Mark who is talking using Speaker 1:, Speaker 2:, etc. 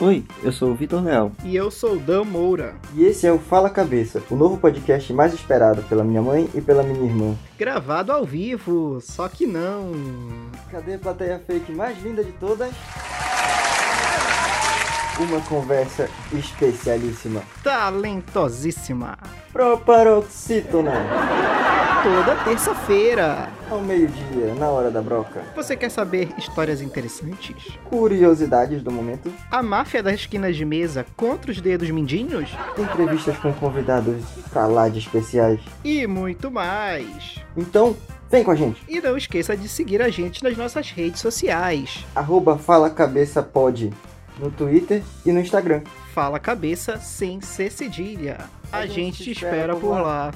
Speaker 1: Oi, eu sou o Vitor Leal.
Speaker 2: E eu sou o Dan Moura.
Speaker 3: E esse é o Fala Cabeça, o novo podcast mais esperado pela minha mãe e pela minha irmã.
Speaker 2: Gravado ao vivo, só que não.
Speaker 3: Cadê a plateia fake mais linda de todas? Uma conversa especialíssima.
Speaker 2: Talentosíssima.
Speaker 3: Proparoxítona.
Speaker 2: Toda terça-feira.
Speaker 3: Ao meio-dia, na hora da broca.
Speaker 2: Você quer saber histórias interessantes?
Speaker 3: Curiosidades do momento.
Speaker 2: A máfia das esquinas de mesa contra os dedos mindinhos?
Speaker 3: Entrevistas com convidados pra lá de especiais.
Speaker 2: E muito mais.
Speaker 3: Então, vem com a gente.
Speaker 2: E não esqueça de seguir a gente nas nossas redes sociais.
Speaker 3: Arroba Fala Cabeça Pod no Twitter e no Instagram.
Speaker 2: Fala cabeça sem ser cedilha. A, gente te espera por lá.